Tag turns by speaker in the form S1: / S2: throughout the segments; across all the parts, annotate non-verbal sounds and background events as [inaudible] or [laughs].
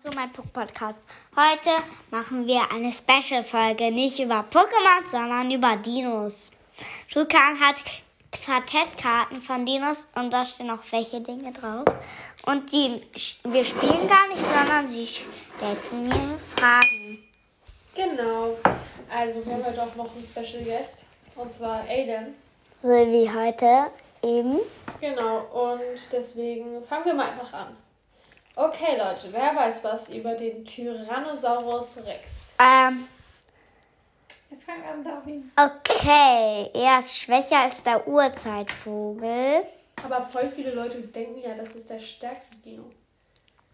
S1: zu meinem Puck-Podcast. Heute machen wir eine Special-Folge, nicht über Pokémon, sondern über Dinos. Schukan hat Quartettkarten von Dinos und da stehen auch welche Dinge drauf. Und die, wir spielen gar nicht, sondern sie stellten mir Fragen.
S2: Genau. Also haben wir doch noch einen Special Guest. Und zwar Aiden.
S1: So wie heute eben.
S2: Genau. Und deswegen fangen wir mal einfach an. Okay, Leute, wer weiß was über den Tyrannosaurus Rex?
S1: Ähm,
S2: Wir fangen an, Darwin.
S1: okay, er ist schwächer als der Urzeitvogel.
S2: Aber voll viele Leute denken ja, das ist der stärkste Dino.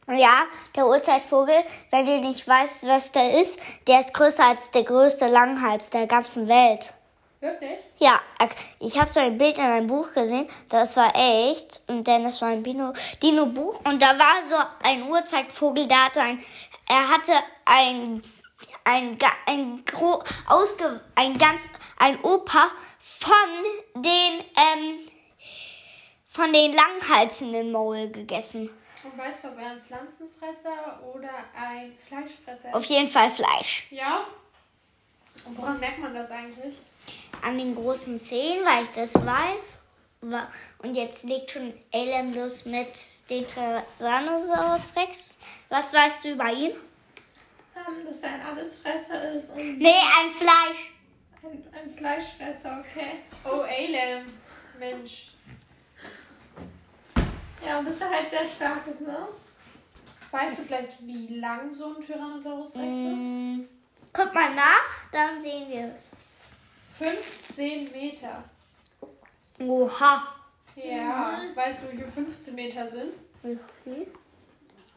S1: Ja, der Urzeitvogel, wenn ihr nicht weißt, was der ist, der ist größer als der größte Langhals der ganzen Welt.
S2: Wirklich?
S1: Ja, äh, ich habe so ein Bild in einem Buch gesehen, das war echt. Und dann das war ein Dino- Dino-Buch und da war so ein Urzeitvogel, der hatte ein, er hatte ein, ein, ga- ein, gro, ausge, ein ganz, ein Opa von den, ähm, von den Langhalsen im Maul gegessen.
S2: Und weißt du, ob er ein Pflanzenfresser oder ein Fleischfresser
S1: Auf jeden Fall Fleisch.
S2: Ja. Und woran merkt man das eigentlich?
S1: an den großen Zehen, weil ich das weiß. Wa- Und jetzt legt schon Elem los mit dem Tyrannosaurus Rex. Was weißt du über ihn?
S3: Ähm, dass er ein Allesfresser ist und
S1: Nee, ein Fleisch.
S3: ein, ein Fleischfresser, okay?
S2: Oh, Aiden. Mensch.
S3: Ja, und dass er halt sehr stark ist, ne?
S2: Weißt du vielleicht, wie lang so ein Tyrannosaurus Rex ist?
S1: Hm, guck mal nach, dann sehen wir es.
S2: 15 Meter.
S1: Oha.
S2: Ja, weißt du, wie viel 15 Meter sind?
S1: Wie viel?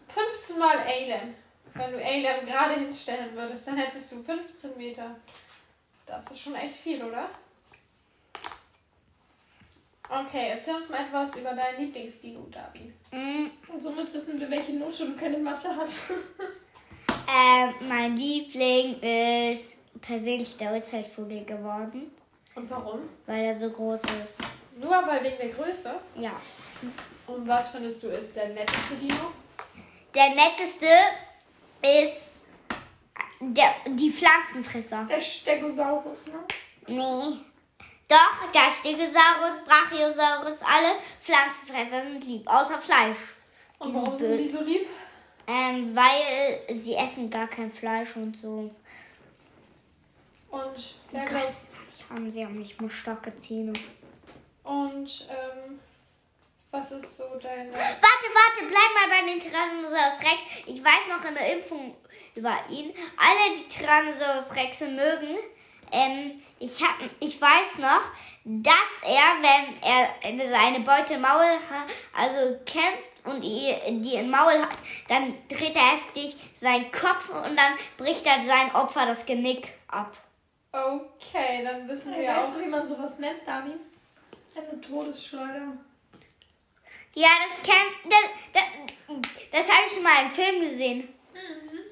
S2: 15 mal Alem. Wenn du Alem gerade hinstellen würdest, dann hättest du 15 Meter. Das ist schon echt viel, oder? Okay, erzähl uns mal etwas über deinen Lieblingsdino, Darwin.
S1: Hm,
S3: Und somit wissen wir, welche Note Luca in Mathe hat.
S1: äh, mein Liebling ist persönlich der Urzeitvogel geworden,
S2: Und warum?
S1: weil er so groß ist.
S2: Nur weil wegen der Größe.
S1: Ja.
S2: Und was findest du ist der netteste Dino?
S1: Der netteste ist der, die Pflanzenfresser.
S3: Der Stegosaurus, ne?
S1: Nee. Doch, der Stegosaurus, Brachiosaurus, alle Pflanzenfresser sind lieb, außer Fleisch.
S2: Und warum sind die so lieb?
S1: Ähm, weil sie essen gar kein Fleisch und so.
S2: Und,
S1: Die
S2: ja, genau.
S1: greifen gar nicht an, sie haben nicht mal starke Zähne.
S2: und ähm, was ist so deine...
S1: Warte, warte, bleib mal bei den Tyrannosaurus Rex. Ich weiß noch in der Impfung über ihn. Alle die Tyrannosaurus Rexe mögen. Ähm, ich, hab, ich weiß noch, dass er, wenn er seine Beute im Maul ha- also kämpft und die, die im Maul hat, dann dreht er heftig seinen Kopf und dann bricht er sein Opfer das Genick ab.
S2: Okay, dann wissen
S3: Ey,
S2: wir auch...
S3: Weißt du, wie man sowas nennt, Darwin? Eine Todesschleuder.
S1: Ja, das kennt. Das, das, das habe ich schon mal im Film gesehen.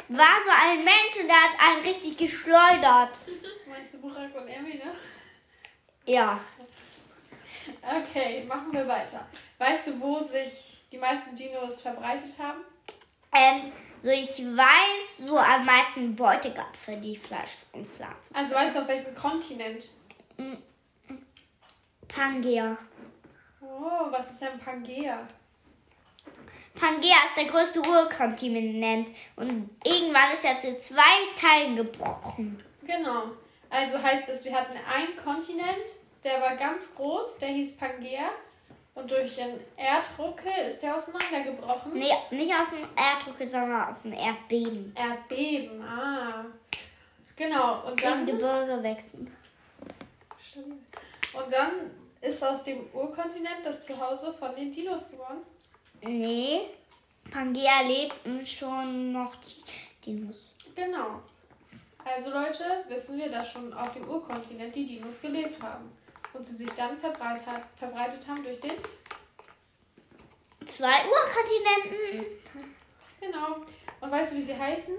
S1: War so ein Mensch und der hat einen richtig geschleudert.
S2: Meinst du Burak und Emmy, ne?
S1: Ja.
S2: Okay, machen wir weiter. Weißt du, wo sich die meisten Dinos verbreitet haben?
S1: Ähm, so ich weiß, wo am meisten Beute gab für die Fleisch und Pflanzen.
S2: Also weißt du, auf welchem Kontinent?
S1: Pangea.
S2: Oh, was ist denn Pangea?
S1: Pangea ist der größte Urkontinent und irgendwann ist er zu zwei Teilen gebrochen.
S2: Genau. Also heißt es, wir hatten einen Kontinent, der war ganz groß, der hieß Pangea. Und durch den Erdrucke ist der auseinandergebrochen.
S1: Nee, nicht aus dem Erddruck, sondern aus dem Erdbeben.
S2: Erdbeben, ah. Genau, und
S1: Im
S2: dann,
S1: Gebirge wechseln.
S2: und dann ist aus dem Urkontinent das Zuhause von den Dinos geworden.
S1: Nee. Pangea lebten schon noch die Dinos.
S2: Genau. Also Leute, wissen wir, dass schon auf dem Urkontinent die Dinos gelebt haben und sie sich dann verbreitet, verbreitet haben durch den.
S1: Zwei Urkontinenten.
S2: Genau. Und weißt du, wie sie heißen?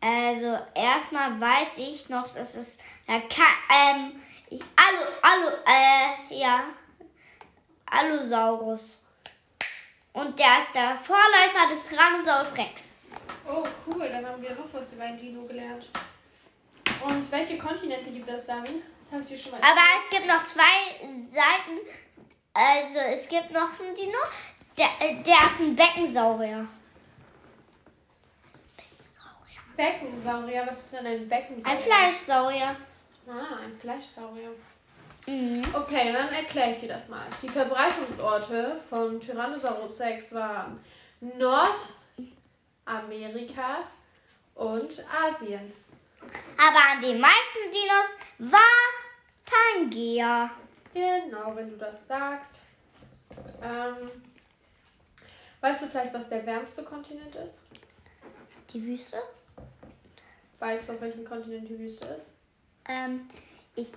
S1: Also erstmal weiß ich noch, dass es da kann, ähm, ich, Alu, Alu, äh, ja, Allosaurus. Und der ist der Vorläufer des Tyrannosaurus Rex.
S2: Oh, cool, dann haben wir noch was über einen Dino gelernt. Und welche Kontinente gibt es, Damin? Das habe ich dir schon mal
S1: Aber es gibt noch zwei Seiten. Also es gibt noch einen Dino. Der, äh, der ist ein Beckensaurier.
S2: Beckensaurier. Was ist denn ein Beckensaurier?
S1: Ein Fleischsaurier.
S2: Ah, ein Fleischsaurier.
S1: Mhm.
S2: Okay, dann erkläre ich dir das mal. Die Verbreitungsorte von Tyrannosaurus Rex waren Nordamerika und Asien.
S1: Aber an den meisten Dinos war Pangea.
S2: Genau, wenn du das sagst. Ähm, weißt du vielleicht, was der wärmste Kontinent ist?
S1: Die Wüste?
S2: Weißt du, auf welchem Kontinent die Wüste ist?
S1: Ähm, ich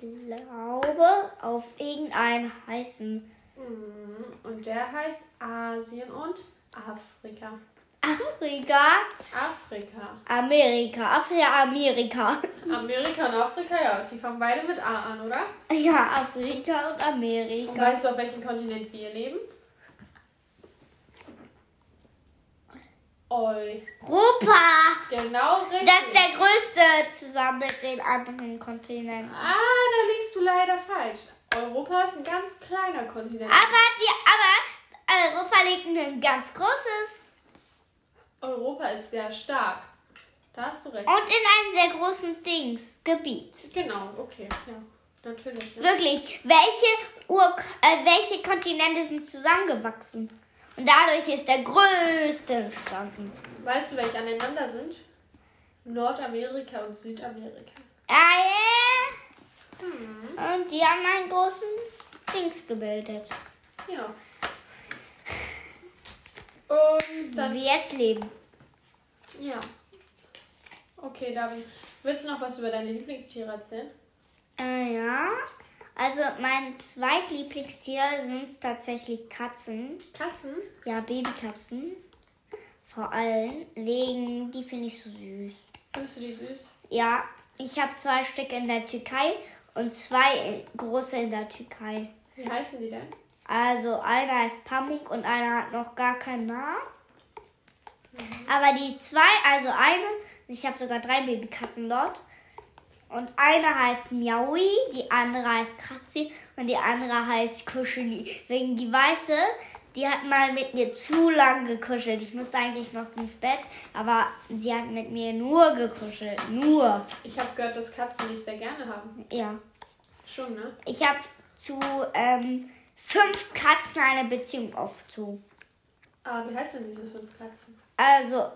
S1: glaube auf irgendeinen heißen.
S2: Mhm, Und der heißt Asien und Afrika.
S1: Afrika.
S2: Afrika.
S1: Amerika. Afrika, Amerika. [laughs]
S2: Amerika und Afrika, ja, die fangen beide mit A an, oder?
S1: Ja, Afrika und
S2: Und
S1: Amerika.
S2: weißt du, auf welchem Kontinent wir leben? Oi.
S1: Europa.
S2: Genau richtig.
S1: Das ist der größte zusammen mit den anderen Kontinenten.
S2: ah, da liegst du leider falsch. Europa ist ein ganz kleiner Kontinent.
S1: Aber die, aber Europa liegt ein ganz großes
S2: Europa ist sehr stark. Da hast du recht.
S1: und in einem sehr großen Dings Gebiet.
S2: Genau, okay. Ja, natürlich. Ja.
S1: Wirklich, welche Ur äh, welche Kontinente sind zusammengewachsen? Und dadurch ist der größte entstanden.
S2: Weißt du, welche aneinander sind? Nordamerika und Südamerika. Hm,
S1: Ah, yeah. Und die haben einen großen Dings gebildet.
S2: Ja. Und
S1: Wie
S2: dann
S1: wir jetzt leben.
S2: Ja. Okay, David. Willst du noch was über deine Lieblingstiere erzählen?
S1: Äh, ja. Also mein Zweitlieblingstier sind tatsächlich Katzen.
S2: Katzen?
S1: Ja, Babykatzen. Vor allem wegen, die finde ich so süß.
S2: Findest du die süß?
S1: Ja, ich habe zwei Stück in der Türkei und zwei in- große in der Türkei.
S2: Wie heißen die denn?
S1: Also einer ist Pamuk und einer hat noch gar keinen Namen. Aber die zwei, also eine, ich habe sogar drei Babykatzen dort. Und eine heißt Miaui, die andere heißt Kratzi und die andere heißt Kuscheli. Wegen die weiße, die hat mal mit mir zu lang gekuschelt. Ich musste eigentlich noch ins Bett, aber sie hat mit mir nur gekuschelt. Nur.
S2: Ich habe gehört, dass Katzen dich sehr gerne haben.
S1: Ja.
S2: Schon, ne?
S1: Ich habe zu ähm, fünf Katzen eine Beziehung aufgezogen.
S2: Ah, wie heißen denn diese fünf Katzen?
S1: Also,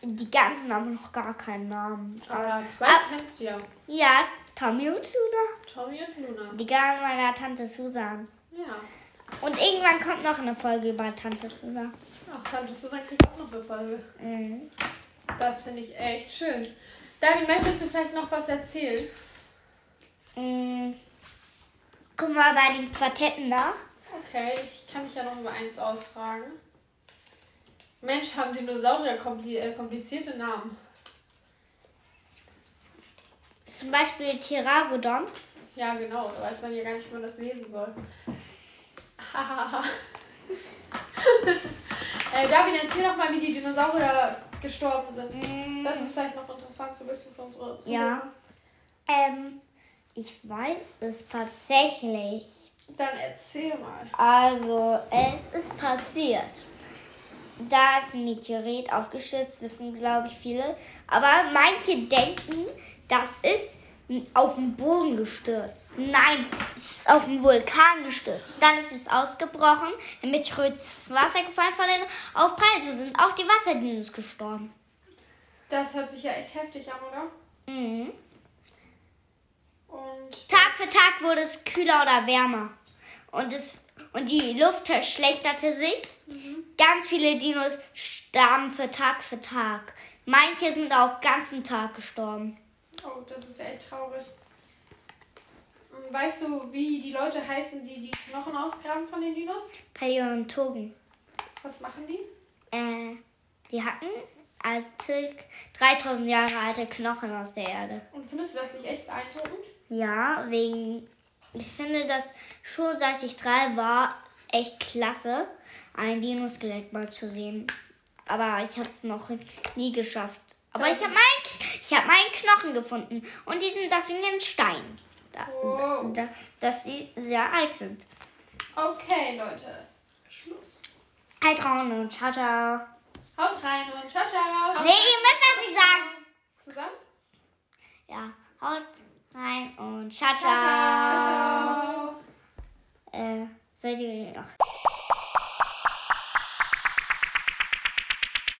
S1: die ganzen haben noch gar keinen Namen.
S2: Aber zwei
S1: Ah.
S2: kennst du ja.
S1: Ja, Tommy und Luna.
S2: Tommy und Luna.
S1: Die Garten meiner Tante Susan.
S2: Ja.
S1: Und irgendwann kommt noch eine Folge über Tante Susan.
S2: Ach, Tante Susan kriegt auch noch eine Folge.
S1: Mhm.
S2: Das finde ich echt schön. David, möchtest du vielleicht noch was erzählen?
S1: Mhm. Guck mal bei den Quartetten da.
S2: Okay, ich kann mich ja noch über eins ausfragen. Mensch, haben Dinosaurier kompli äh, komplizierte Namen.
S1: Zum Beispiel Tiragodon.
S2: Ja, genau. Da weiß man ja gar nicht, wie man das lesen soll. [laughs] Hahaha. äh, Darwin, erzähl doch mal, wie die Dinosaurier gestorben sind.
S1: Mhm.
S2: Das ist vielleicht noch interessant zu wissen für unsere Zuhörer.
S1: Ja. Ähm, ich weiß es tatsächlich.
S2: Dann erzähl mal.
S1: Also, es ist passiert. Da ist ein Meteorit aufgestürzt, wissen glaube ich viele. Aber manche denken, das ist auf den Boden gestürzt. Nein, es ist auf den Vulkan gestürzt. Dann ist es ausgebrochen, der Meteorit ist ins Wasser gefallen von den Aufprall. So sind auch die Wasserdinos gestorben.
S2: Das hört sich ja echt heftig an, oder?
S1: Mhm.
S2: Und
S1: Tag für Tag wurde es kühler oder wärmer. Und, es, und die Luft verschlechterte sich. Ganz viele Dinos starben für Tag für Tag. Manche sind auch ganzen Tag gestorben.
S2: oh, das ist ja echt traurig. Und Weißt du, wie die Leute heißen, die die Knochen ausgraben von den Dinos?
S1: Paläontogen.
S2: Was machen die?
S1: Äh, die hatten alte, 3000 Jahre alte Knochen aus der Erde.
S2: Und findest du das nicht echt beeindruckend?
S1: Ja, wegen. Ich finde das schon seit ich drei war echt klasse, ein Dinoskelett mal zu sehen. aber ich habe es noch nie geschafft. Aber ich habe meinen, ich habe meinen Knochen gefunden und die sind deswegen ein Stein. Da,
S2: Wow.
S1: da, dass sie sehr alt sind.
S2: Okay, Leute. Schluss.
S1: Halt rein und ciao, ciao.
S2: Haut rein und ciao, ciao.
S1: Nee, ihr müsst das nicht sagen.
S2: Zusammen?
S1: Ja, haut rein und ciao, ciao.
S2: Ciao, ciao.
S1: Äh, seid ihr noch?